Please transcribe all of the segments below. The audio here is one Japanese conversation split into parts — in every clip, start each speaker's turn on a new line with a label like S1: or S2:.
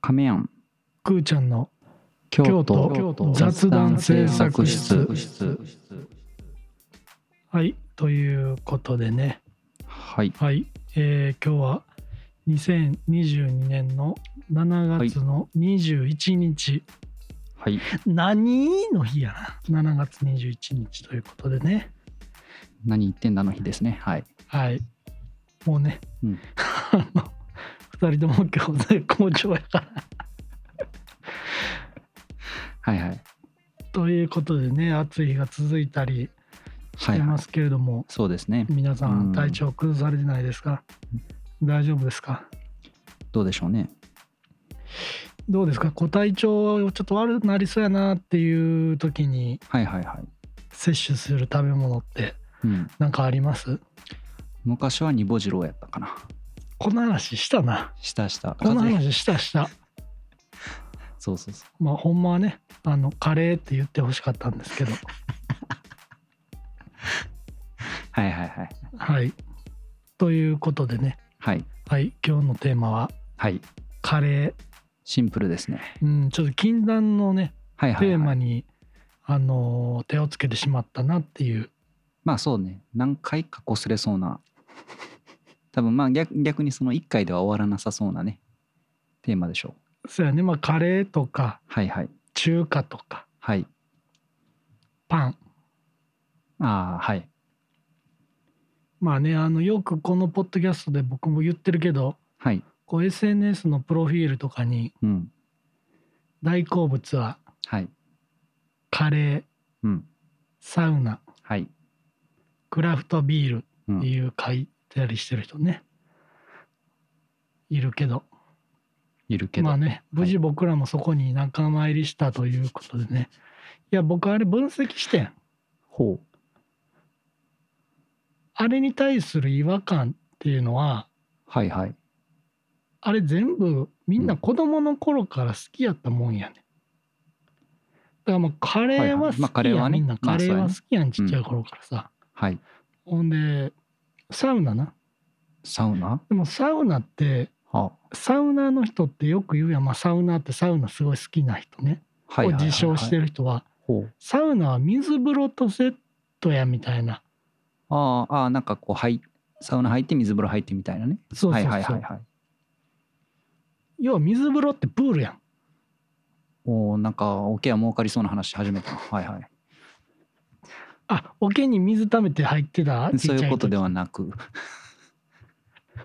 S1: 亀庵
S2: くーちゃんの
S1: 京都
S2: 京都雑談制作室はいということでね
S1: はい
S2: はい、えー今日は2022年の7月の21日、
S1: はい
S2: 何の日やな7月21日ということでね
S1: 何言ってんだの日ですねはい
S2: はいもうね、
S1: うん
S2: あの2人とも今日絶好調やから
S1: はいはい
S2: ということでね暑い日が続いたりし
S1: はい
S2: て
S1: は
S2: ま
S1: い
S2: すけれども、
S1: そうですね
S2: 皆さ
S1: うん
S2: ん体調崩されてないですか、大丈夫ですか
S1: どうでしょうね
S2: どうですかご体調ちょっと悪くなりそうやなっていう時に
S1: はいはいはい、
S2: 摂取する食べ物って
S1: うん、
S2: なんかあります
S1: 昔は煮ぼじろうやったかな
S2: この話したな
S1: したした
S2: この
S1: 風邪
S2: 話したした
S1: そうそうそ
S2: まあほんまはねあのカレーって言ってほしかったんですけど
S1: うはいはいはい
S2: はいということでね
S1: はい
S2: はい今日のテーマは
S1: はい
S2: カレ
S1: シンプルですね
S2: ーうんちょっと禁断のね
S1: はいは
S2: テ
S1: い、
S2: ー
S1: は
S2: マ
S1: い、
S2: に、あのー手をつけてしまったなっていう
S1: まあそうね何回か擦れそうな多分まあ逆逆にその1回では終わらなさそうなねテーマでしょう
S2: そうやねまあカレーとか
S1: はいはい
S2: 中華とか
S1: はい
S2: パン
S1: ああはい
S2: まあねあのよくこのポッドキャストで僕も言ってるけど
S1: はい
S2: こう SNS のプロフィールとかに
S1: うん
S2: 大好物は
S1: はい
S2: カレー
S1: うん
S2: サウナ
S1: はい、
S2: クラフトビール
S1: う
S2: って
S1: ん、
S2: いう書いたりしてる人ね、いるけど
S1: いるけど、
S2: まあね無事僕らもそこに仲間入りしたということでね、い、や僕あれ分析してん
S1: ほう
S2: あれに対する違和感っていうのは
S1: はいはい
S2: あれ全部みんな子供の頃から好きやったもんやね。だからもうカレーは
S1: はいはいまあ
S2: 好
S1: カ
S2: き
S1: レー
S2: や
S1: は
S2: ん
S1: ね
S2: みんな
S1: まあ
S2: カレーは
S1: そうや
S2: 好
S1: ね
S2: きやんちっちゃい頃からさ。
S1: はい
S2: ほんでサウナな。
S1: サウナ
S2: でもサウナって
S1: は
S2: サウナーの人ってよく言うやん、まあ、サウナーってサウナすごい好きな人ね、
S1: あはいはいはい、はい、
S2: を自称してる人は
S1: ほう
S2: サウナは水風呂とセットやみたいな
S1: あーあーなんかこうはいサウナ入って水風呂入ってみたいなね
S2: そうそうそう
S1: はいはいはいはい
S2: 要は水風呂ってプールやん
S1: おーなんかおケア儲かりそうな話始めたなはいはい
S2: あ桶に水溜めて入ってたちっち
S1: そ
S2: ゃ
S1: う
S2: い時
S1: いうことではなく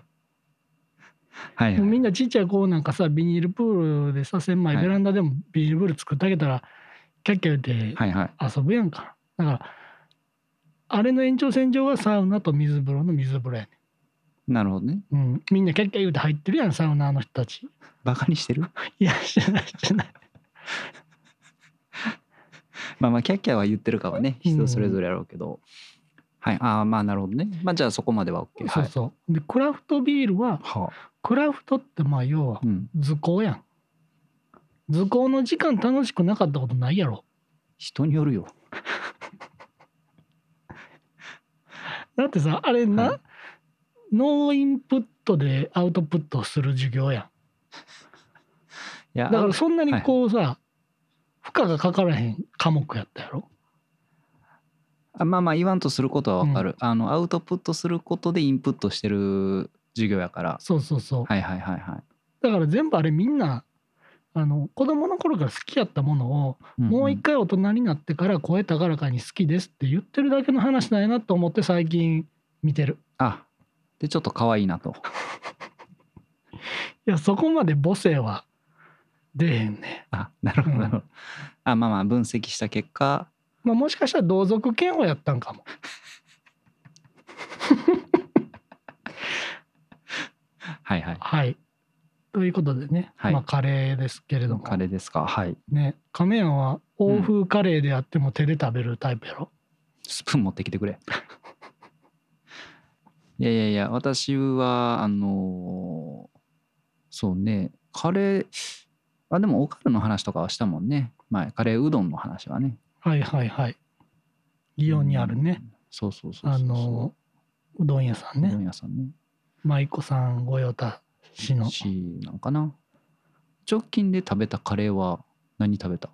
S1: はい
S2: もう
S1: はい
S2: みんなちっちゃい子なんかさビニールプールでさ狭い
S1: はい
S2: ベランダでもビニールプール作ってあげたらキャッキャ言って
S1: はいはい
S2: 遊ぶやんかだからあれの延長線上はサウナと水風呂の水風呂やね
S1: なるほどね
S2: ん、うん、みんなキャッキャ言うて入ってるやんサウナーの人たち
S1: バカにしてる
S2: いやしてないしてない
S1: まあまあキャッキャは言ってるかはね
S2: うん
S1: 人それぞれやろうけど、はいああまあなるほどねまあじゃあそこまでは OK
S2: そうそうでクラフトビールは
S1: はい、は
S2: クラフトってまあ要は
S1: あ、うん
S2: 図工やん図工の時間楽しくなかったことないやろ
S1: 人によるよ
S2: だってさあれな、
S1: はい
S2: ノーインプットでアウトプットする授業やん
S1: いや
S2: だからそんなにこうさ、負荷がかからへん科目やったやろ
S1: あまあまあ言わんとすることはわかる、あのアウトプットすることでインプットしてる授業やから
S2: そうそうそう、
S1: はいはいはいはい、
S2: だから全部あれみんなあの子供の頃から好きやったものを、
S1: んん
S2: もう一回大人になってから声高らかに好きですって言ってるだけの話なんやなと思って最近見てる
S1: あでちょっと可愛いなと
S2: いやそこまで母性は出えへんね、
S1: あなるほどなるほど、あまあまあ分析した結果
S2: まあ、もしかしたら同族嫌悪やったんかも
S1: はいはい
S2: はいということでね、
S1: はい
S2: まあカレーですけれども
S1: カレーですかはい
S2: ね亀山は欧風カレーであっても手で食べるタイプやろ、
S1: スプーン持ってきてくれ いやいやいや私はあのーそうねカレーあでもおかるの話とかはしたもんね前カレーうどんの話はね
S2: はいはいはい。祇園にあるね、
S1: うんそうそうそうそう
S2: あ
S1: そう
S2: のうどん屋さん
S1: うど
S2: ね、
S1: ん屋さんね
S2: 舞妓さん御用達の
S1: 市なんかな直近で食べたカレーは何食べた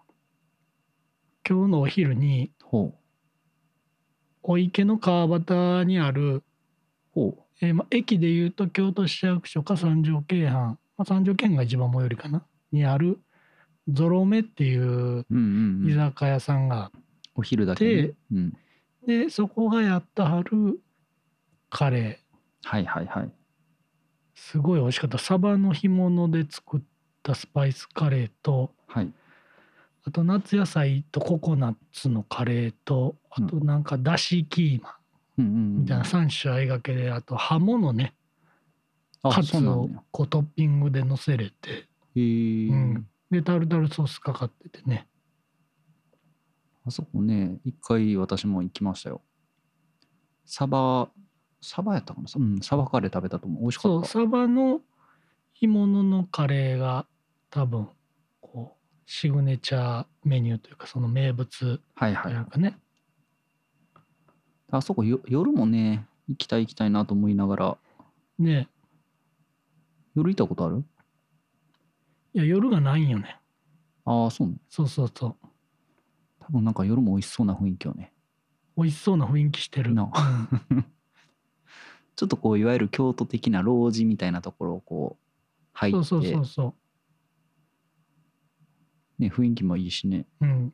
S2: 今日のお昼に
S1: ほう
S2: お池の川端にある、
S1: ほ
S2: えーま、駅でいうと京都市役所か三条京阪、まあ、三条京阪が一番最寄りかなにあるゾロ目っていう
S1: ううんうん、
S2: 居
S1: うん、
S2: 酒屋さんがあって
S1: お昼だけ、ね
S2: で
S1: うん、
S2: でそこがやったはるカレー
S1: はいはいはい
S2: すごい美味しかったサバの干物で作ったスパイスカレーと
S1: はい
S2: あと夏野菜とココナッツのカレーとあとなんかだしキーマ
S1: うんうんうん
S2: みたいな3種合いがけであと葉物ね
S1: あ
S2: カツ
S1: そうなん
S2: を
S1: だよ
S2: こうトッピングでのせれて
S1: へえ、
S2: うんでタルタルソースかかっててね
S1: あそこね一回私も行きましたよサバサバやったかな、うん、サバカレー食べたと思う美味しか
S2: そ
S1: っ
S2: う
S1: た
S2: サバの干物のカレーが多分こうシグネチャーメニューというかその名物
S1: はい
S2: と
S1: はいいう
S2: かね
S1: あそこよ夜もね行きたい行きたいなと思いながら
S2: ね
S1: 夜行ったことある
S2: いや夜がないんよね
S1: ああそうね
S2: そうそうそう
S1: 多分なんか夜も美味しそうな雰囲気よね
S2: 美味しそうな雰囲気してる
S1: な ちょっとこういわゆる京都的な老寺みたいなところをこう入って
S2: そうそうそうそ
S1: ね、雰囲気もいいしね
S2: ううん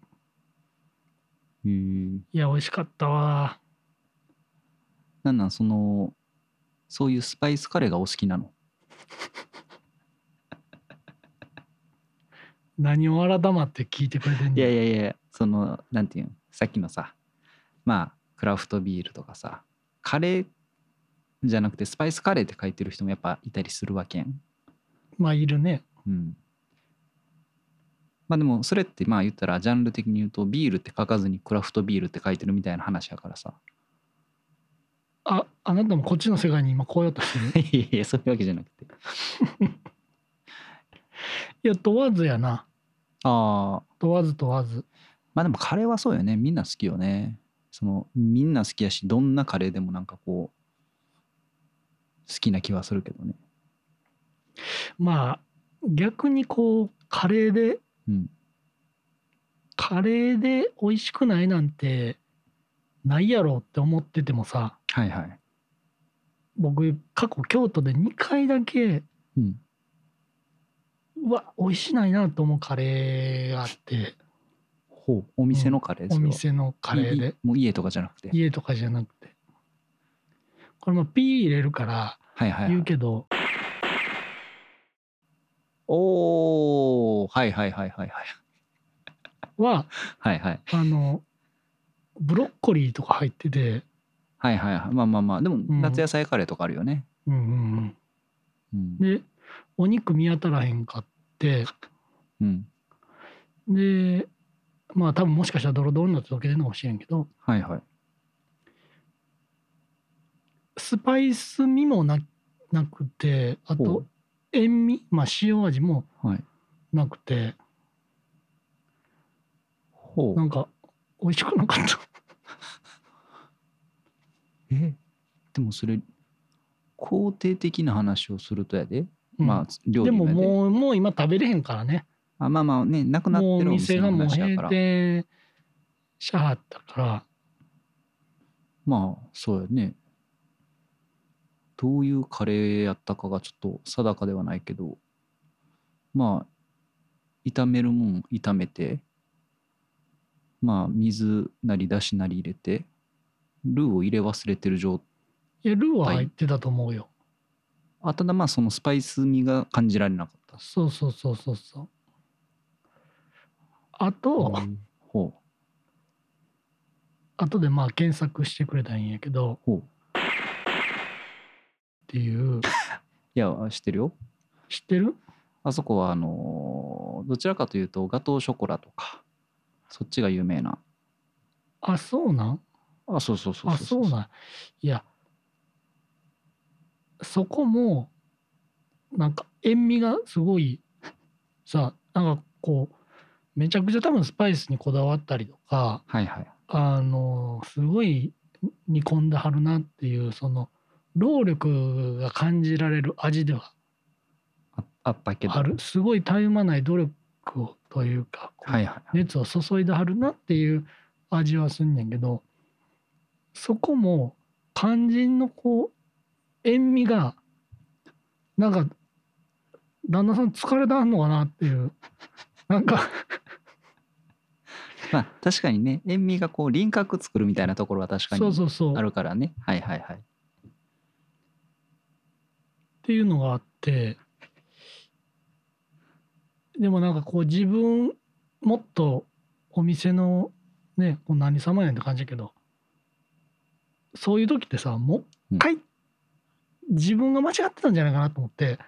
S1: へえ
S2: いや美味しかったわ
S1: なんなんそのそういうスパイスカレーがお好きなの
S2: 何を改まって聞いてくれてんの
S1: いやいやいやそのなんていうんさっきのさまあクラフトビールとかさカレーじゃなくてスパイスカレーって書いてる人もやっぱいたりするわけやん。
S2: まあいるね
S1: うん、まあでもそれってまあ言ったらジャンル的に言うとビールって書かずにクラフトビールって書いてるみたいな話やからさ。
S2: ああなたもこっちの世界に今こうやった
S1: いやいやそういうわけじゃなくて。
S2: いや問わずやな
S1: ああ
S2: 問わず問わず
S1: まあでもカレーはそうよねみんな好きよね。そのみんな好きやしどんなカレーでもなんかこう好きな気はするけどね。
S2: まあ逆にこうカレーで
S1: うん
S2: カレーで美味しくないなんてないやろって思っててもさ
S1: はいはい。
S2: 僕過去京都で2回だけ
S1: うん
S2: うわ美味しないなと思うカレーがあって
S1: ほうお店のカレー
S2: お
S1: それは
S2: 店のカレー
S1: い
S2: で
S1: いもう家とかじゃなくて
S2: 家とかじゃなくてこれまあピー入れるから
S1: はいはい、はい
S2: 言うけど、
S1: おおはいはいはいはいはい
S2: は
S1: はいはい
S2: あのブロッコリーとか入ってて
S1: はいはいはいまあまあまあでも
S2: ん
S1: 夏野菜カレーとかあるよね、
S2: うんうん
S1: うん
S2: うんでお肉見当たらへんかって
S1: うん、
S2: でまあ多分もしかしたらドロドロになってたわけでのかもしれんけど
S1: はいはい
S2: スパイス味もななくてあ
S1: ほ
S2: と
S1: う
S2: 塩味まあ塩味も
S1: はい
S2: なくて
S1: ほ
S2: なんか美味しくなかった
S1: えでもそれ肯定的な話をするとやで、
S2: うん
S1: まあ料
S2: で
S1: 理
S2: も
S1: もやで
S2: もうもう今食べれへんからね
S1: あまあまあねなくなっ
S2: もう
S1: てるお
S2: 店
S1: 店の
S2: がもう
S1: 話やか
S2: 閉
S1: ら
S2: 店しはったから
S1: まあそうやねどういうカレーやったかがちょっと定かではないけどまあ炒めるもん炒めてまあ水なりだしなり入れてルーを入れ忘れてる状態
S2: いやルーは入ってたと思うよ、
S1: あただまあそのスパイス味が感じられなかった
S2: そうそうそうそうそうあと、
S1: ほう
S2: あとでまあ検索してくれたんやけど
S1: ほう
S2: ってい
S1: い
S2: う
S1: や知ってるよ
S2: 知ってる
S1: あそこはあのーどちらかというとガトーショコラとかそっちが有名な
S2: あそうなん
S1: あそうそうそう
S2: あそう
S1: う
S2: なんいやそこもなんか塩味がすごいさなんかこうめちゃくちゃ多分スパイスにこだわったりとか
S1: はいはい
S2: あのすごい煮込んではるなっていうその労力が感じられる味では
S1: あっあったけど。
S2: あるすごいたゆまない努力をというかこう
S1: はいはい。
S2: 熱を注いではるなっていう味はすんねんけどそこも肝心のこう塩味がなんか旦那さん疲れたんのかなっていうなんか
S1: まあ確かにね塩味がこう輪郭作るみたいなところは確か
S2: そう
S1: に
S2: そうそう
S1: あ
S2: っ
S1: るからね。はいはいはい。
S2: ていうのがあってでもなんかこう自分もっとお店のねこう何様やねんって感じやけどそういう時ってさもう一回自分が間違ってたんじゃないかなと思って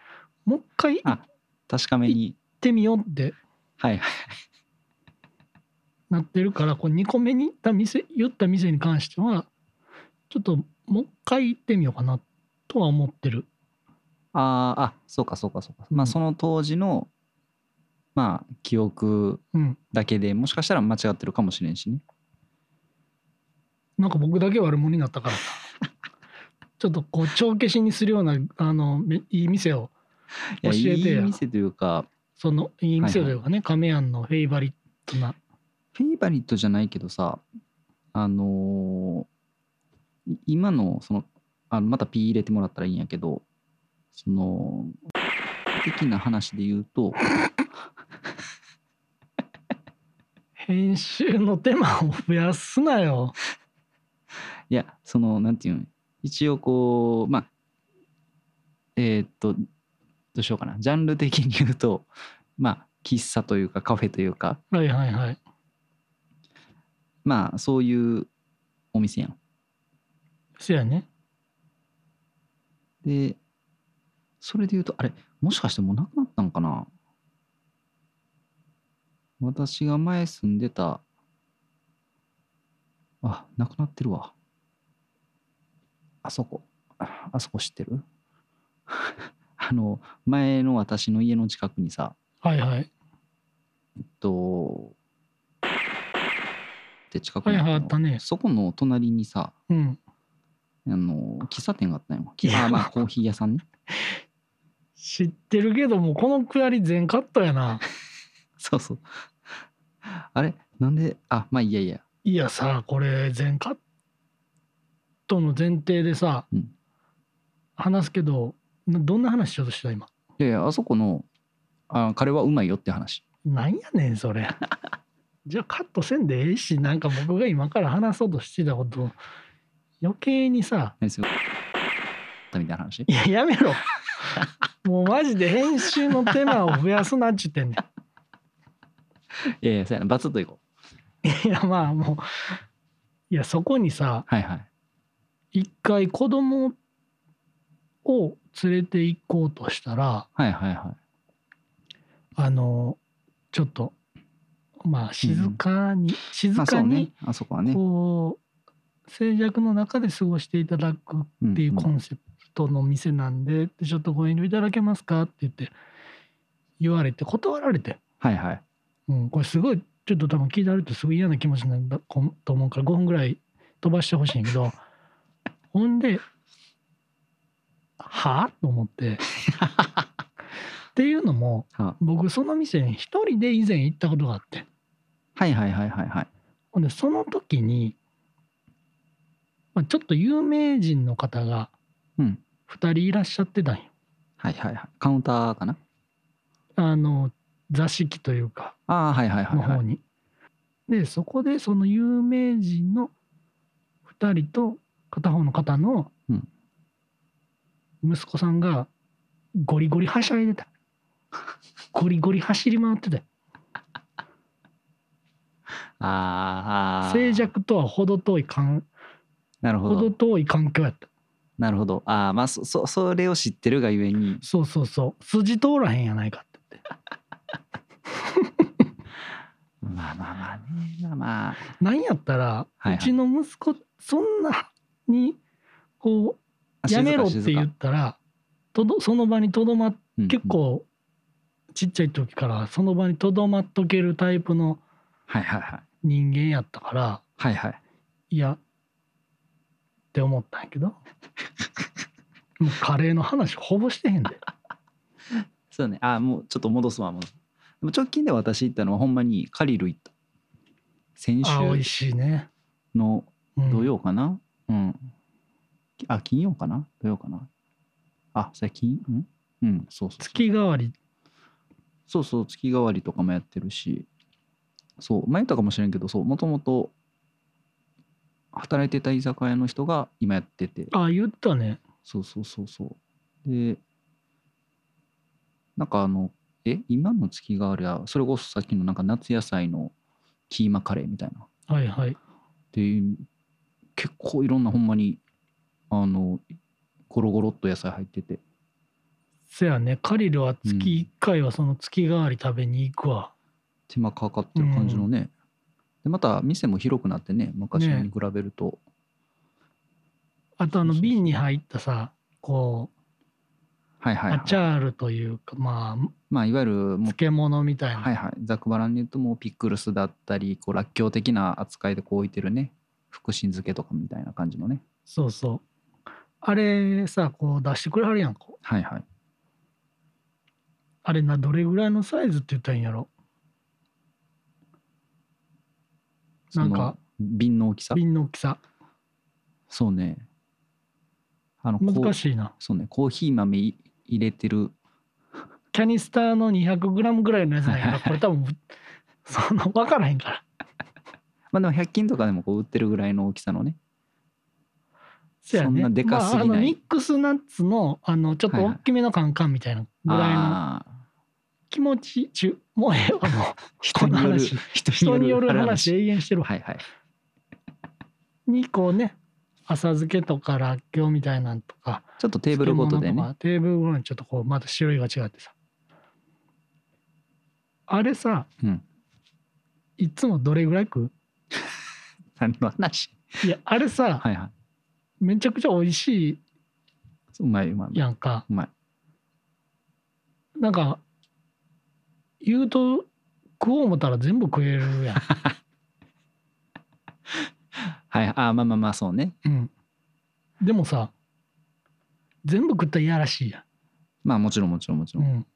S2: もう一回行っ
S1: あ確かめに。
S2: てみようって
S1: はいはい。
S2: なってるからこう2個目に行った店言った店に関してはちょっともう一回行ってみようかなとは思ってる。
S1: あーあそうかそうかそうか。まあ
S2: うん
S1: その当時のまあ記憶
S2: うん、
S1: だけでもしかしたら間違ってるかもしれんしね。
S2: なんか僕だけ悪者になったからさちょっとこう帳消しにするようなあのめいい店を
S1: いや
S2: 教えて
S1: い
S2: や
S1: い店というか
S2: そのいい店というかね、亀庵のフェイバリットな
S1: フェイバリットじゃないけどさあのーい今のそのあのまた P 入れてもらったらいいんやけどその的な話で言うと
S2: 編集の手間を増やすなよ。
S1: いやそのなんていうの一応こうまあえーっとどうしようかなジャンル的に言うとまあ喫茶というかカフェというか
S2: はいはいはい。
S1: まあそういうお店やん。
S2: せやね。
S1: でそれで言うとあれもしかしてもうなくなったんかな私が前住んでたあなくなってるわあそこああそこ知ってる あの前の私の家の近くにさ
S2: はいはい。
S1: えっとって近く
S2: は
S1: に
S2: いはい、あ
S1: あ
S2: っ
S1: った
S2: た
S1: の
S2: ね。
S1: そこの隣にさ
S2: うん。
S1: あの喫茶店があったんよ
S2: いや
S1: あまあコーヒー屋さんね
S2: 知ってるけども、このくだり全カットやな。
S1: そうそう。あれなんであまあいいやいや。
S2: いやさ、これ全カットの前提でさ、
S1: うん
S2: 話すけど、などんな話しようとした今。
S1: いやいや、あそこのあカレーはうまいよって話。
S2: なんやねん、そ れ。じゃあカットせんでええし、なんか僕が今から話そうとしてたこと、余計にさ、
S1: 何ですよ。みたいな話。
S2: いや、やめろ。 もうマジで編集の手間を増やすなっちゅってんね
S1: いやいや、そうやな。バツッといこう。
S2: ん。いや、まあもう、いや、そこにさ、
S1: はいはい。
S2: 一回子供を連れて行こうとしたら、
S1: はいはいは
S2: あの、ちょっと、まあ静かに、
S1: い。
S2: 静
S1: まあそ
S2: か
S1: う
S2: に
S1: ね、。あそこはね。
S2: こう、静寂の中で過ごしていただくっていうコ
S1: ん
S2: ンセプトの店なんで、でちょっとご遠慮いただけますかって言って、言われて、断られて。
S1: はいはい。
S2: うん、これすごいちょっと多分聞いてあるとすごい嫌な気持ちになるんだこんと思うから5分ぐらい飛ばしてほしいんやけ どほんで「はあ?」と思ってっていうのも
S1: は
S2: 僕その店に一人で以前行ったことがあって
S1: はいはいはいはいはい。
S2: ほんでその時に、まあ、ちょっと有名人の方が
S1: うん。
S2: 2人いらっしゃってたんよ
S1: はいはいはい。カウンターかな。
S2: あの座敷というか
S1: ああ、はいはいはい、
S2: の
S1: は
S2: 方
S1: い。
S2: に。でそこでその有名人の2人と片方の方の
S1: うん
S2: 息子さんがゴリゴリはしゃい でたゴリゴリ走り回ってた
S1: ああ。
S2: 静。寂とは程遠いかん
S1: なるほど。
S2: 程遠い環境やった
S1: なるほど。ああ、まあそ、そ、それを知ってるがゆえに。
S2: そうそうそう筋通らへんやないかって言って
S1: まあまあまあね。まあまあ。
S2: なんやったら
S1: はいう
S2: ちの息子そんなにこ
S1: あ
S2: うやめろっ
S1: 静
S2: て
S1: か静か
S2: 言ったらとどその場にとどまって
S1: うんうん
S2: 結構ちっちゃい時からその場にとどまっとけるタイプの
S1: はいはいはい。
S2: 人間やったから
S1: はいはい。
S2: いやって思ったん やけどもうカレーの話ほぼしてへんで
S1: そうねあもうちょっと戻すわもうでも直近で私行ったのはほんまにカリル行った先
S2: あ美味
S1: 週
S2: しいね、
S1: の
S2: うん
S1: 土曜かなうん、あ金曜かな土曜かなあそれ金うんうんそうそう
S2: 月替わり
S1: そうそう月替わりとかもやってるしそう前言ったかもしれんけどそうもともと働いてた居酒屋の人が今やってて
S2: あ言ったね
S1: そうそうそうそうでなんかあのえ今の月替わりはそれこそさっきのなんか夏野菜のキーマカレーみたいな
S2: はいはい
S1: で結構いろんなほんまにあのゴロゴロっと野菜入ってて
S2: せやねカリルは月1回はその月替わり食べに行くわ、
S1: 手間かかってる感じのね、でまた店も広くなってね昔に比べると、
S2: あとあの
S1: そうそうそう
S2: 瓶に入ったさこ
S1: はいは
S2: う
S1: い、は
S2: ア
S1: い、
S2: チャールというかまあ
S1: まあいわゆるもう
S2: 漬物みたいな、
S1: はいはいざくばらんに言うともうピックルスだったりこうらっきょう的な扱いでこう置いてるね福神漬けとかみたいな感じのね
S2: そうそうあれさこう出してくれはるやんこう
S1: はいはい
S2: あれなどれぐらいのサイズって言ったらいいんやろ
S1: その
S2: なんか
S1: 瓶の大きさ
S2: 瓶の大きさ
S1: そうねあのこう
S2: 難しいな
S1: そうねコーヒー豆い入れてる
S2: キャニスターの 200g ぐらいのやつなんや
S1: は
S2: か
S1: い
S2: らこれ 多分そんな分からへんから
S1: まあでも100均とかでもこう売ってるぐらいの大きさのね
S2: せや
S1: そん
S2: ね
S1: なでかすぎない
S2: まあ、あのミックスナッツのあのちょっと大きめのカンカンみたいなぐらいの
S1: あー
S2: 気持ち中もうえ えわもう
S1: 人に
S2: こ
S1: よ
S2: の
S1: る
S2: 話
S1: 人
S2: 人による話
S1: 話
S2: 永遠してるわ
S1: はいはい
S2: にこうね浅漬けとからっきょうみたいなんとか
S1: ちょっとテーブルごとでね
S2: 漬物かテーブルごとにちょっとこうまた種類が違ってさあれさ
S1: うん
S2: いつもどれぐらい食う
S1: 何の話
S2: いやあれさ、
S1: はいはい
S2: めちゃくちゃ美味しいう
S1: まいうまい
S2: やんか
S1: うまい
S2: なんか言うと食おう思ったら全部食えるやん、
S1: はいあーまあまあまあそうね
S2: うん、でもさ全部食ったらいやらしいやん
S1: まあもちろんもちろんもちろん、
S2: うん、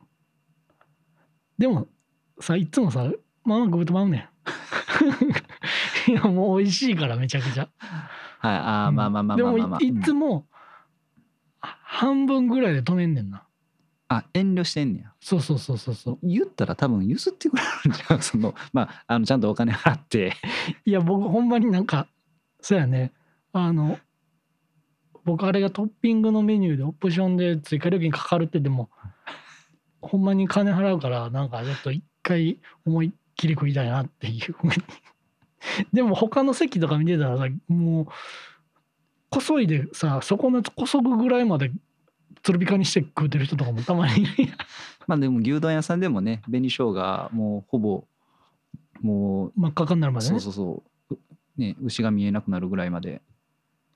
S2: でもさいつもさまあまあ食うとまうね ん いやもう美味しいからめちゃくちゃ
S1: はいあーまあまあまあ
S2: で
S1: まあ
S2: も
S1: まあまあ、
S2: いいつも半分ぐらいで止めんねんな
S1: あ遠慮してんねや
S2: そうそうそうそうそう
S1: 言ったら多分ゆすってくれるんじゃん そのまああのちゃんとお金払って
S2: いや僕ほんまになんかそうやねあの僕あれがトッピングのメニューでオプションで追加料金かかるってでもほんまに金払うからなんかちょっと一回思いっきり食いたいなっていうふうに でも他の席とか見てたらさもうこそいでさそこのこそぐぐらいまでつるびかにして食うてる人とかもたまに
S1: まあでも牛丼屋さんでもね紅生姜もうほぼも
S2: 真っ赤かになる
S1: う
S2: まで
S1: そう
S2: ね
S1: そうそううね牛が見えなくなるぐらいまで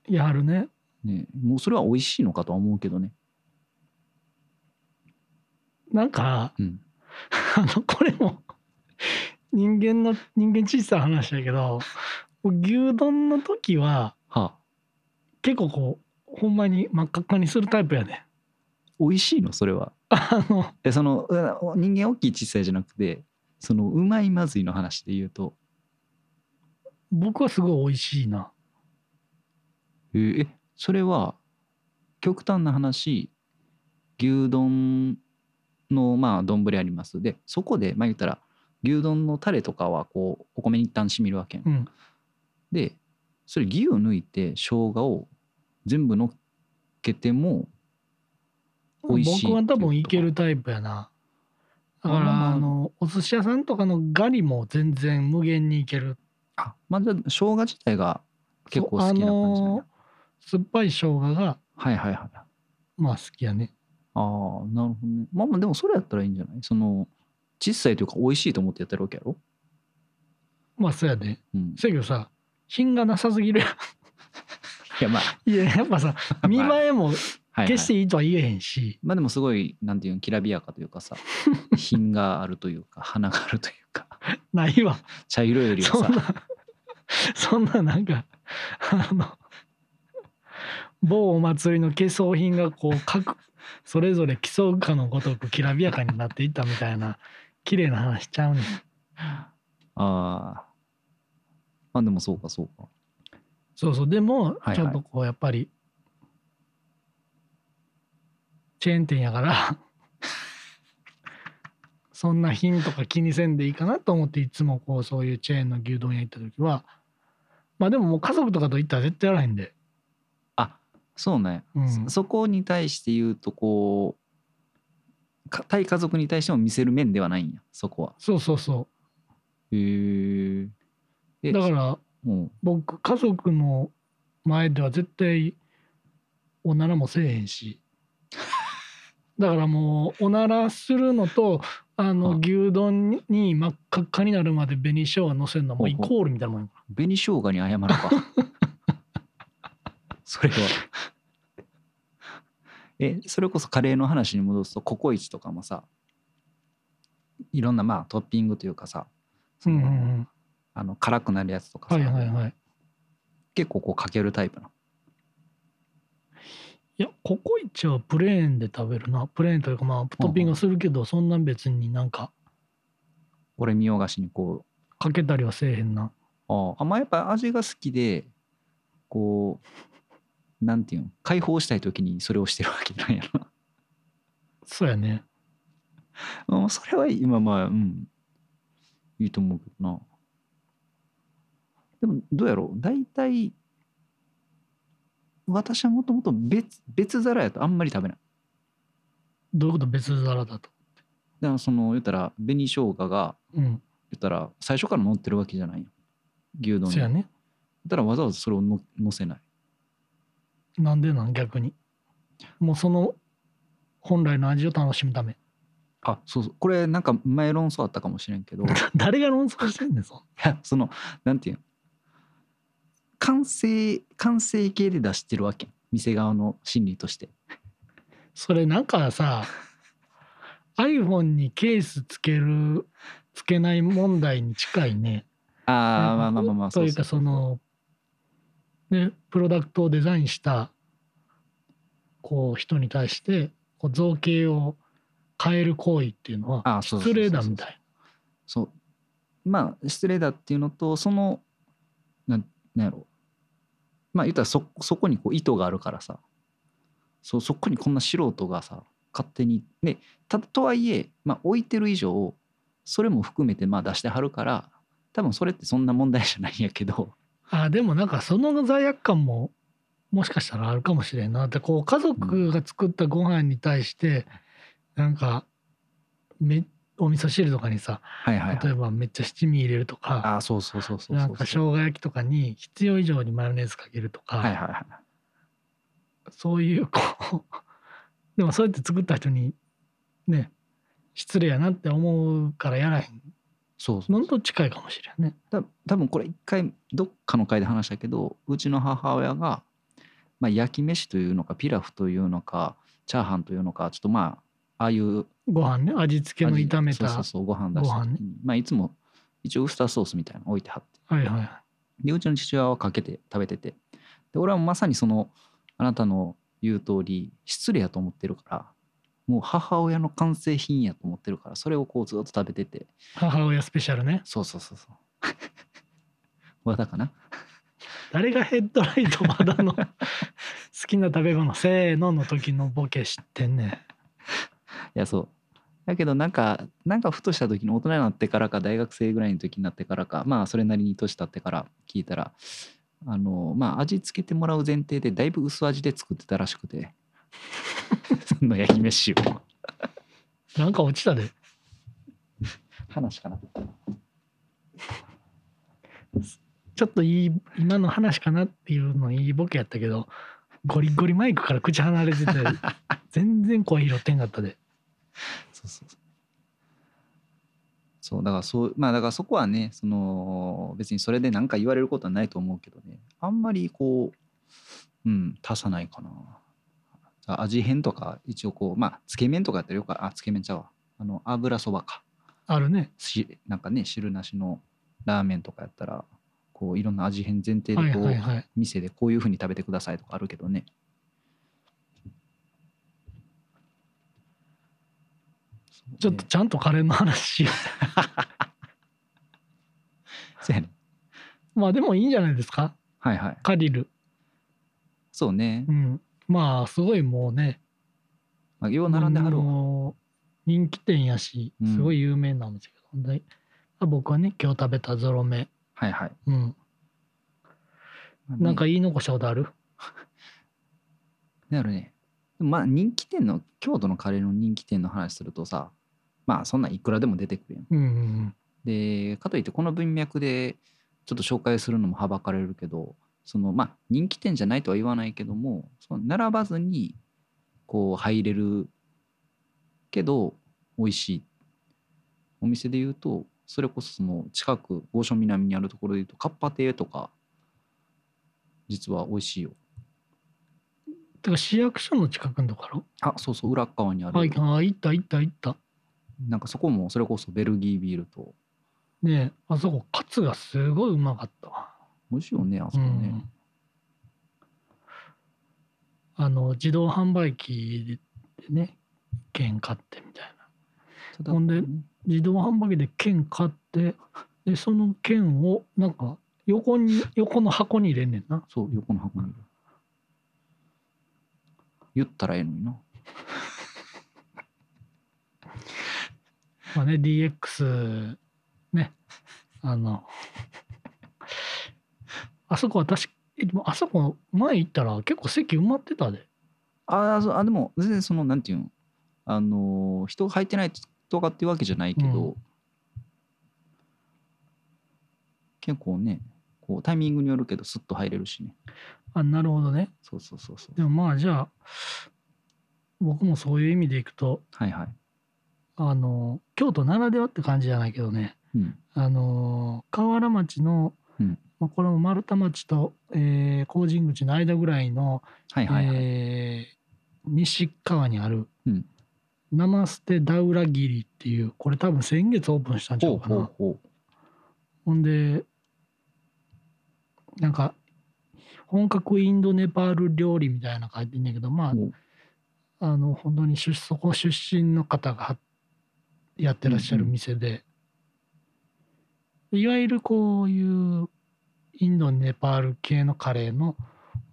S2: やるね
S1: ねもうそれは美味しいのかとは思うけどね
S2: なんか
S1: うん
S2: あのこれも 人間の人間小さい話だけど牛丼の時は
S1: はあ
S2: 結構こうほんまに真っ赤っかにするタイプやね
S1: 美味しいのそれは
S2: あの
S1: えそのう人間大きい小さいじゃなくてそのうまいまずいの話で言うと
S2: 僕はすごい美味しいな
S1: えーえそれは極端な話牛丼のまあ丼ありますでそこでまあ言ったら牛丼のタレとかはこうお米に一旦染みるわけやん、
S2: うん
S1: でそれ牛を抜いて生姜を全部のっけても美味しい
S2: 僕は多分いけるタイプやなだ
S1: あまあ
S2: か
S1: まあ
S2: らあのお寿司屋さんとかのガリも全然無限にいける
S1: あまあじゃあ生姜自体が結構好きな感じ
S2: あ
S1: なんや
S2: の酸っぱい生姜が
S1: はいはいはい
S2: まあ好きやね
S1: ああなるほどねまあまあでもそれやったらいいんじゃないその小さいというか美味しいと思ってやってるわけやろ、
S2: まあそうやで
S1: うん、
S2: せやけどさ品がなさすぎるや
S1: いやまあ、
S2: んいややっぱ さ見栄えも
S1: はいはい
S2: 決していいとは言えへんし、
S1: まあでもすごいなんていうのきらびやかというか さ品があるというか花があるというか
S2: ないわ
S1: 茶色よりは さ
S2: そんなそんななんかあの某お祭りの化粧品がこう各それぞれ競うかのごとくきらびやかになっていったみたいな綺麗な話しちゃうねん
S1: ああ。まあでもそうかそうか。
S2: そうそうでも
S1: はい
S2: ちょっとこうやっぱりチェーン店やから そんな品とか気にせんでいいかなと思っていつもこうそういうチェーンの牛丼屋行った時はまあでももう家族とかと行ったら絶対やらへんで、
S1: あそうね、
S2: うん
S1: そそこに対して言うとこうか対家族に対しても見せる面ではないんやそこは。
S2: そうそうそ
S1: へえ。
S2: う
S1: え
S2: だから
S1: も
S2: 僕家族の前では絶対おならもせえへんしだからもうおならするのとあ
S1: は
S2: の
S1: あ
S2: 牛丼に真っ赤っかになるまで紅生姜乗せるのはもうイコールみたいなもんやか
S1: う紅生姜に謝る か。それは。えそれこそカレーの話に戻すとココイチとかもさいろんなまあトッピングというかさ、
S2: らうんうんうん
S1: あの辛くなるやつとかさ、
S2: はいはいはい
S1: 結構こうかけるタイプなの
S2: いやココイチはプレーンで食べるなプレーンというかまあトッピングはするけどそんな別になんか
S1: これ見よがしにこう
S2: かけたりはせえへんな
S1: ああまあやっぱ味が好きでこうなんていうの解放したい時にそれをしてるわけなんや
S2: そうやね
S1: ろうんそれは今まあうんいいと思うけどなでもどうやろう大体私はもともと別別皿やとあんまり食べない
S2: どういうこと別皿だと
S1: だからその言ったら紅生姜が
S2: うん
S1: 言ったら最初から乗ってるわけじゃないよ牛丼に
S2: そうや
S1: だ
S2: ね
S1: からわざわざそれをの乗せない
S2: なんでなん逆にもうその本来の味を楽しむため
S1: あそうそうこれなんか前論争あったかもしれん けど
S2: 誰が論争してんねんそん
S1: いやそのなんていうの完成完成形で出してるわけ店側の心理として
S2: それなん かさ iPhone にケースつけるつけない問題に近いね
S1: ああ
S2: なん
S1: まあま
S2: か
S1: あまあまあ
S2: というかそのねプロダクトをデザインしたこう人に対してこう造形を変える行為っていうのは
S1: あそうそう
S2: 失礼だみたい
S1: そうまあ失礼だっていうのとそのなんなんやろまあ言ったらそそこにこう意図があるからさそうそこにこんな素人がさ勝手にねたとはいえ、まあ、置いてる以上それも含めてまあ出してはるから多分それってそんな問題じゃないんやけど
S2: あでもなんかその罪悪感ももしかしたらあるかもしれんなってこう家族が作ったご飯に対してなんかめお味噌汁とかにさ
S1: はいはい、は
S2: 例え
S1: い、
S2: ばめっちゃ七味入れるとか
S1: ああそうそうそうそうそうそう
S2: なんか生姜焼きとかに必要以上にマヨネーズかけると
S1: はい
S2: か
S1: はいはい
S2: そういうこう でもそうやって作った人にね失礼やなって思うからやらへん
S1: そうそう
S2: のと近いかもしれんね。
S1: た多分これ一回どっかの回で話したけどうちの母親が、まあ、焼き飯というのかピラフというのかチャーハンというのかちょっとまあああいう
S2: ご飯ね味付けの
S1: 味
S2: 炒めた
S1: そうそうそうご飯出した時に、
S2: ご飯
S1: まあ、いつも一応ウスターソースみたいなの置いてはって
S2: はいはいは
S1: でうちの父親はかけて食べててで俺はまさにそのあなたの言う通り失礼やと思ってるからもう母親の完成品やと思ってるからそれをこうずっと食べてて
S2: い、母親スペシャルね。
S1: そうそうそうそう 和田かな
S2: 誰がヘッドライトま だの好きな食べ物せーのの時のボケ知ってんねん
S1: いやそうだけどなんかなんかふとした時に大人になってからか大学生ぐらいの時になってからかまあそれなりに年経ってから聞いたらあのまあ味付けてもらう前提でだいぶ薄味で作ってたらしくてその焼き飯を
S2: なんか落ちたで
S1: 話かな
S2: ちょっといい今の話かなっていうのいいボケやったけどゴリゴリマイクから口離れてて 全然声拾ってんかったで
S1: そうそうそうそうだからそうまあだからそこはねその別にそれで何か言われることはないと思うけどねあんまりこううん足さないかなあ味変とか一応こうまあつけ麺とかやったらよくあつけ麺ちゃうわあの油そばか
S2: あるね
S1: しなんかね汁なしのラーメンとかやったらこういろんな味変前提
S2: は
S1: で
S2: い
S1: こう、
S2: はいはい
S1: 店でこういうふうに食べてくださいとかあるけどねそうね
S2: ちょっとちゃんとカレーの話
S1: そうやね
S2: まあでもいいんじゃないですか
S1: はいはい
S2: カリル
S1: そうね
S2: う、んまあすごいもうね
S1: まあ、よう並んではるわ
S2: もう人気店やし
S1: うん
S2: すごい有名なお店けど、であ僕はね今日食べたゾロ目
S1: はいはい、
S2: うん
S1: まあね
S2: なんか言い残したことある
S1: なるね。まあ人気店の京都のカレーの人気店の話するとさまあそんなんいくらでも出てくるやん。
S2: うんうん
S1: でかといってこの文脈でちょっと紹介するのもはばかれるけどそのまあ人気店じゃないとは言わないけどもその並ばずにこう入れるけど美味しいお店で言うとそれこそその近く豪所南にあるところで言うとカッパ亭とか実は美味しいよ。
S2: てか市役所の近くのところ
S1: あそうそう裏っ側にある。
S2: はいあ行った行った行った
S1: なんかそこもそれこそベルギービールと
S2: ねえあそこカツがすごいうまかったわ
S1: 美味しいよねあそこ
S2: う
S1: ね
S2: ん、あの自動販売機でね券買ってみたいな
S1: ただ
S2: ほんで
S1: ね
S2: 自動販売機で券買ってでその券をなんか横に横の箱に入れんねんな
S1: そう横の箱にいる言ったらええのにな
S2: まあね DX ねあのあそこは確かえでもあそこ前行ったら結構席埋まってたで
S1: あーそうあでも全然そのなんていうんあのー人が入ってないとかっていうわけじゃないけど、
S2: う
S1: 結構ねこうタイミングによるけどスッと入れるしね
S2: あなるほどね
S1: そうそうそうそう
S2: でもまあじゃあ僕もそういう意味でいくと
S1: はいはい、
S2: あの京都ならではって感じじゃないけどね
S1: うん、
S2: あの河原町の、
S1: うん
S2: まあ、これも丸太町と、えー、高神口の間ぐらいの、
S1: はいはいはい、
S2: えー西側にある、
S1: うん
S2: ナマステダウラギリっていうこれ多分先月オープンしたんちゃ
S1: ほう
S2: うかな
S1: ほうほう
S2: ほんでなんか本格インドネパール料理みたいなの書いてんだけどまあ
S1: ほう
S2: あの本当に出そこ出身の方がはやってらっしゃる店で、いわゆるこういうインドネパール系のカレーの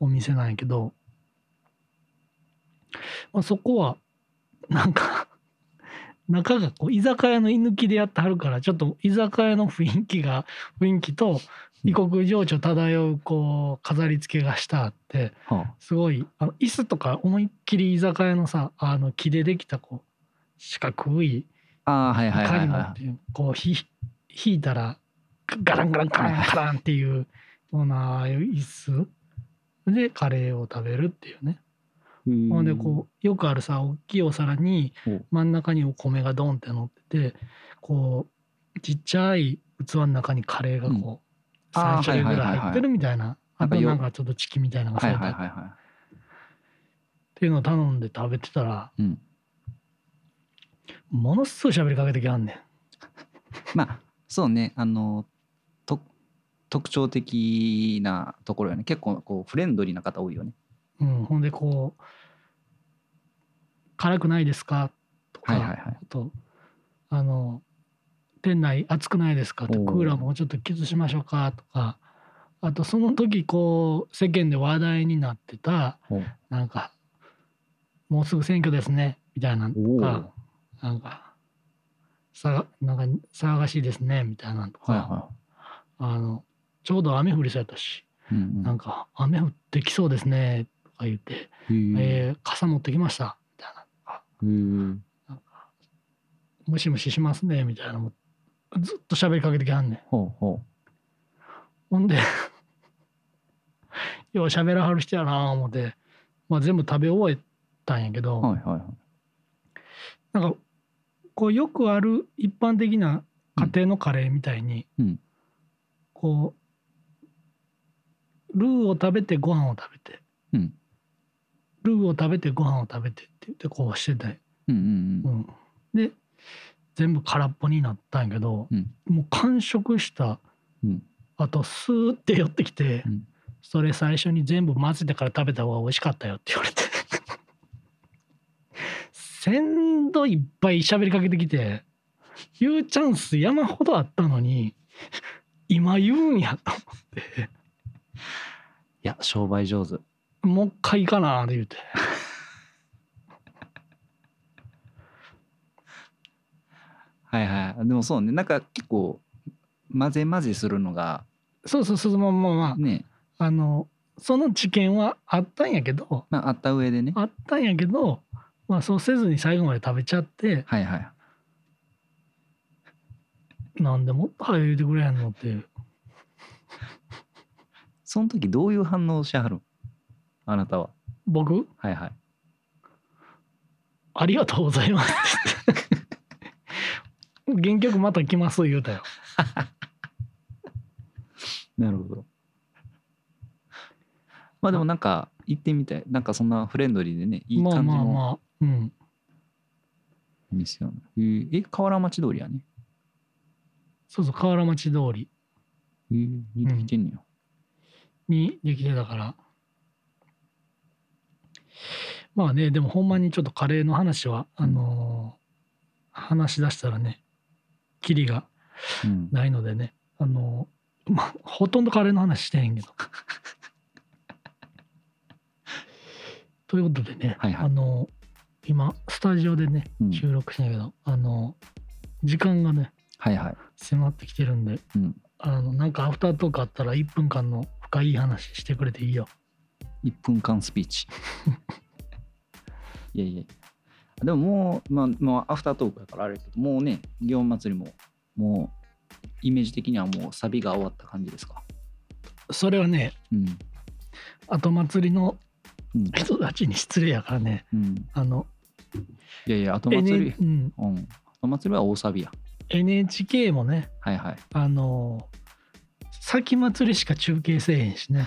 S2: お店なんやけど、まあ、そこはなんか 中がこう居酒屋の居抜きでやってはるからちょっと居酒屋の雰囲気が雰囲気と異国情緒漂うこう飾り付けがしたあって。
S1: は
S2: すごいあの椅子とか思いっきり居酒屋のさあの木でできたこう四角い
S1: あ、あーはいはいは
S2: カ
S1: い
S2: リ
S1: はい
S2: モっていうこうひ引いたらガランガランガランガランっていうような椅子でカレーを食べるっていうね。ほんでこうよくあるさ大きいお皿に
S1: うん
S2: 真ん中にお米がドンって乗っててこうちっちゃい器の中にカレーがこう
S1: うんあー
S2: 3種類ぐ
S1: はいはいは
S2: ら
S1: い
S2: い
S1: はい
S2: 入ってるみたいな
S1: な
S2: あ
S1: んか
S2: と
S1: よ
S2: なんかちょっとチキンみたいなのが
S1: はい
S2: 添えて
S1: は
S2: あ
S1: い
S2: って
S1: はいは
S2: っていうのを頼んで食べてたら
S1: いうん
S2: ものすごい喋りかけてきはんねん
S1: まあそうねあのと特徴的なところよね結構こうフレンドリーな方多いよね
S2: うん、ほんでこう「辛くないですか?」とか、
S1: はいはいはい
S2: あとあの「店内暑くないですか?」と
S1: おー
S2: クーラーもうちょっときつしましょうか?」とかあとその時こう世間で話題になってたなんか「もうすぐ選挙ですね」みたいなのとかなんかさなんか騒がしいですねみたいなのとか、
S1: はいは
S2: あのちょうど雨降りそうやったし
S1: い、うんうん
S2: なんか雨降ってきそうですねとか言って
S1: へー
S2: えー傘持ってきましたみたいなあ
S1: へー
S2: ムシムシしますねみたいなのもずっと喋りかけてきはんねん
S1: ほうほ
S2: ほんで よう喋らはる人やな思って、まあ、全部食べ終えたんやけど、
S1: うはいはいはい
S2: なんかこうよくある一般的な家庭のカレーみたいに、
S1: うん
S2: こうルーを食べてご飯を食べて
S1: うん
S2: ルーを食べてご飯を食べてって言ってこうしてて
S1: うんうん
S2: うん、で全部空っぽになったんやけど、
S1: うん
S2: もう完食した
S1: うん
S2: あとスーって寄ってきて、
S1: うん
S2: それ最 初に全部混ぜてから食べた方が美味しかったよって言われて先度いっぱい喋りかけてきて言うチャンス山ほどあったのに今言うんや と思って
S1: いや商売上手
S2: もう一回行かなって言うて
S1: はいはいでもそうねなんか結構混ぜ混ぜするのが
S2: そうそうそうまあまあま
S1: ね
S2: ああのその知見はあったんやけど
S1: まああった上でね
S2: あったんやけど、まあ、そうせずに最後まで食べちゃって
S1: はいはい
S2: なんでもっと早い言うてくれへんのっていう
S1: その時どういう反応しはるんあなたは
S2: 僕
S1: はいはい
S2: ありがとうございます って言って原曲また来ます言うたよ
S1: なるほ どまあでもなんか行ってみたいなんかそんなフレンドリーでねいい
S2: まあ
S1: 感じ
S2: まあ
S1: の
S2: まあうん
S1: お店やなへええ河原町通りやね
S2: そうそう河原町通り
S1: へえ似てきてんねや、
S2: にできてたからまあねでもほんまにちょっとカレーの話はあのー話し出したらねキリが
S1: うん
S2: ないのでねあのーまあほとんどカレーの話して へんけど。ということでね、
S1: はいはい
S2: あのー今スタジオでね
S1: うん
S2: 収録してんだけど、あのー時間がね
S1: はいはい
S2: 迫ってきてるんで、
S1: うん
S2: あのなんかアフタートークあったら1分間の深い話してくれていいよ。
S1: 1分間スピー チいやいやでももう、まあ、まあアフタートークやからあれやけどもうね祇園祭りももうイメージ的にはもうサビが終わった感じですか
S2: それはね
S1: うん
S2: 後祭りの
S1: うん、
S2: 人たちに失礼やからね
S1: うん、
S2: あの、
S1: いやいや後
S2: N
S1: 祭り
S2: うん、
S1: うん後祭りは大サビや
S2: NHK もね
S1: はいはい
S2: あの先祭りしか中継せえへんしね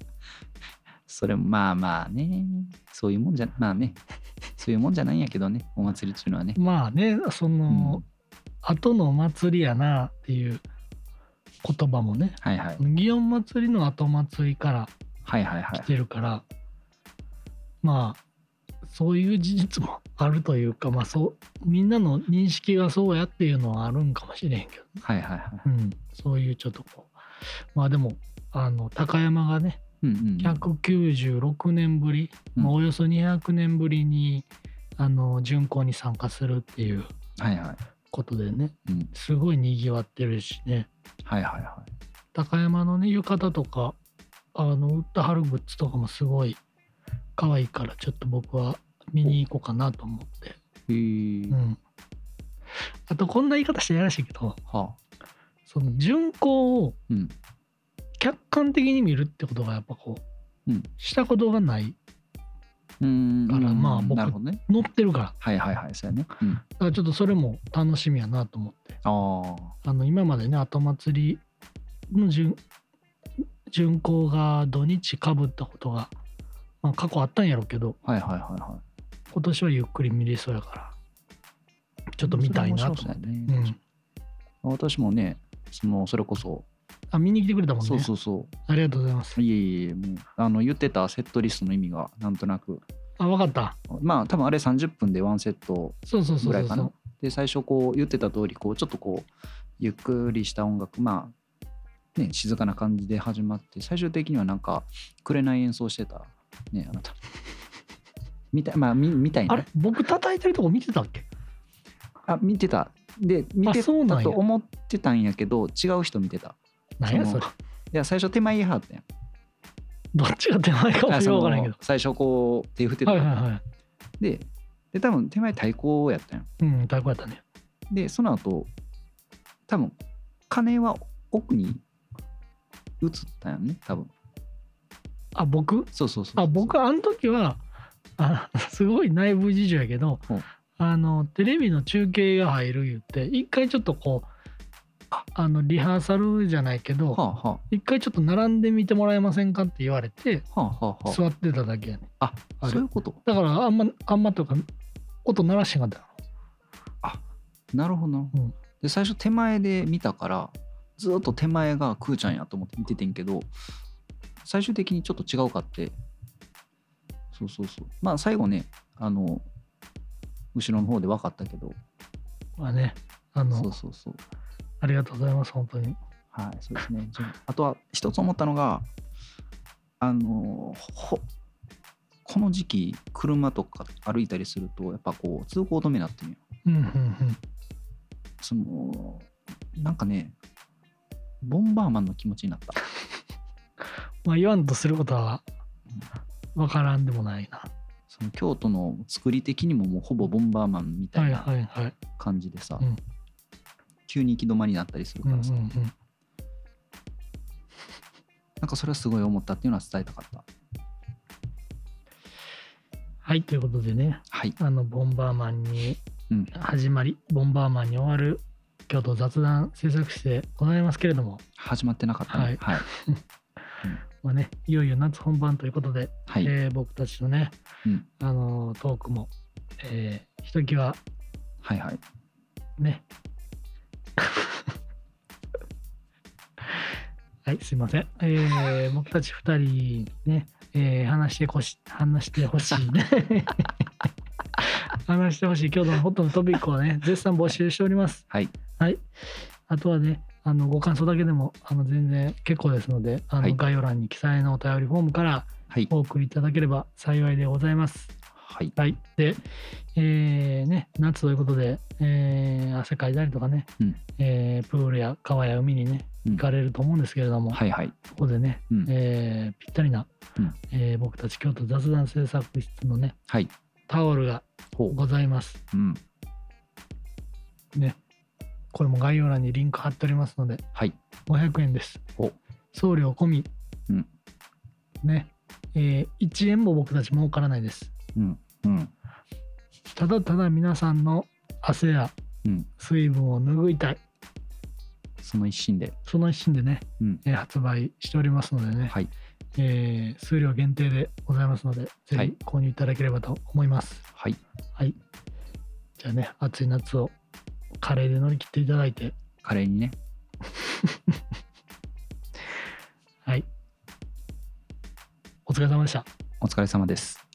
S1: それもまあまあねそういうもんじゃまあね そういうもんじゃないんやけどねお祭りっていうのはね
S2: まあねその、
S1: うん
S2: 後のお祭りやなっていう言葉もね
S1: はいはい
S2: 祇園祭りの後祭りから
S1: はいはいは
S2: 来
S1: い
S2: てるから、まあそういう事実もあるというかまあそうみんなの認識がそうやっていうのはあるんかもしれへんけど、ね
S1: はいはいはい
S2: うん、そういうちょっとこうまあでもあの高山がね
S1: うんうん
S2: 196年ぶり、
S1: うん
S2: まあおよそ200年ぶりにあの巡行に参加するっていう
S1: はいはい
S2: ことでね
S1: うん
S2: すごいにぎわってるしね
S1: はいはいはい
S2: 高山のね浴衣とかあの売ったはるグッズとかもすごい可愛いからちょっと僕は見に行こうかなと思って
S1: へえ
S2: うんあとこんな言い方してやらしいけど
S1: はあ
S2: その巡行を
S1: うん
S2: 客観的に見るってことがやっぱこう、
S1: うん
S2: したことがない
S1: うん
S2: からまあ僕
S1: なるほどね
S2: 乗ってるからだ
S1: はいはいはいそうやね、うん、あ
S2: からちょっとそれも楽しみやなと思って
S1: あ
S2: あの今までね後祭りの巡巡行が土日かぶったことが、まあ、過去あったんやろうけど
S1: はいはいはいは
S2: 今年はゆっくり見れそうやから
S1: い
S2: ちょっと見たいなと
S1: それ
S2: 思っ
S1: 面白
S2: て、
S1: そうや
S2: う
S1: ね、
S2: ん、
S1: 私もねそのそれこそ、
S2: あ見に来てくれたもんね
S1: そうそうそ
S2: ありがとうございます
S1: ういえいえいえもうあの言ってたセットリストの意味がなんとなく
S2: あ分かった
S1: まあ多分あれ30分でワンセット
S2: そうそう
S1: ぐ
S2: そうそ
S1: らいうか
S2: そ
S1: な
S2: う
S1: で最初こう言ってた通りこうちょっとこうゆっくりした音楽まあね静かな感じで始まって最終的にはなんか紅演奏してたねあなた みたいまあみみたいな
S2: あれ僕叩いてるとこ見てたっけ
S1: あ見てたで見て
S2: そうなん
S1: た
S2: や
S1: と思ってたんやけど違う人見てた
S2: 何や
S1: そ
S2: そ
S1: の
S2: れ
S1: いや最初手前言いはったやん
S2: どっちが手前かも
S1: あ
S2: よ
S1: そ
S2: く
S1: の
S2: わからんけど
S1: 最初こう手振ってた、
S2: はいはいはい
S1: でで多分手前太鼓やったやん
S2: うん太鼓やったね
S1: でその後多分金は奥に移ったんやんね多分
S2: あ僕
S1: そうそうそうそう
S2: あ僕あの時はあ すごい内部事情やけど、
S1: うん
S2: あのテレビの中継が入る言って一回ちょっとこうああのリハーサルじゃないけど、
S1: はあは
S2: 一回ちょっと並んでみてもらえませんかって言われて
S1: あはあはあは
S2: 座ってただけやね
S1: あ
S2: あ
S1: あ
S2: れ
S1: そういうこと
S2: だからあんまあんまというか音鳴らしてなかった
S1: なるほどなるほど、
S2: うん
S1: で最初手前で見たからずっと手前がクーちゃんやと思って見ててんけど最終的にちょっと違うかってそうそうそうまあ最後ねあの後ろの方で分かったけど
S2: まあねあの
S1: そうそうそう
S2: ありがとうございます本当に
S1: はいそうですねじゃああとは一つ思ったのがあのほこの時期車とか歩いたりするとやっぱこう通行止めになってるよ
S2: うんうんうん
S1: そのなんかねボンバーマンの気持ちになった
S2: まあ言わんとすることは分からんでもないな
S1: その京都の作り的にももうほぼボンバーマンみた
S2: はいい
S1: な
S2: はいはい
S1: 感じでさ、
S2: うん
S1: 急に行き止まりになったりする
S2: う
S1: か
S2: んうん
S1: らさ、
S2: うん
S1: なんかそれはすごい思ったっていうのは伝えたかった
S2: はいということでね
S1: はい
S2: あのボンバーマンに
S1: うん
S2: 始まり、ボンバーマンに終わる京都雑談制作室でございますけれども、
S1: 始まってなかったね
S2: はい
S1: はい、
S2: まあね、いよいよ夏本番ということで、
S1: はい
S2: えー僕たちのね、
S1: うん
S2: あのートークも、えー、ひときわ
S1: はいはい
S2: ねはいすいません、えー、僕たち2人にね、えー話してこし話してほしい ね話してほしい京都のホットのトピックをね絶賛募集しております
S1: はい
S2: はい。あとはね、あのご感想だけでもあの全然結構ですので、あの、
S1: はい
S2: 概要欄に記載のお便りフォームから
S1: はい
S2: お送りいただければ幸いでございます。
S1: はい
S2: はい。で、えーね、夏ということで、えー汗かいたりとかね、
S1: うん
S2: えープールや川や海にね、
S1: うん
S2: 行かれると思うんですけれども、
S1: はいはい
S2: そこでね、
S1: うん
S2: えーぴったりな、
S1: うん
S2: えー僕たち京都雑談制作室のね、
S1: はい
S2: タオルが
S1: ほ
S2: ございます。
S1: ううん
S2: ね。これも概要欄にリンク貼っておりますので、
S1: はい
S2: 500円です。
S1: ほう
S2: 送料込み、
S1: うん
S2: ねえー1円も僕たち儲からないです
S1: うんうん
S2: ただただ皆さんの汗や
S1: うん
S2: 水分を拭いたい
S1: その一心で
S2: その一心でね、
S1: うん
S2: えー発売しておりますのでね、
S1: はい
S2: えー数量限定でございますのでぜ
S1: はい
S2: ひ購入いただければと思います
S1: はい
S2: はい、じゃあね暑い夏をカレーで乗り切っていただいて
S1: カレーにね
S2: はいお疲れ様でした
S1: お疲れ様です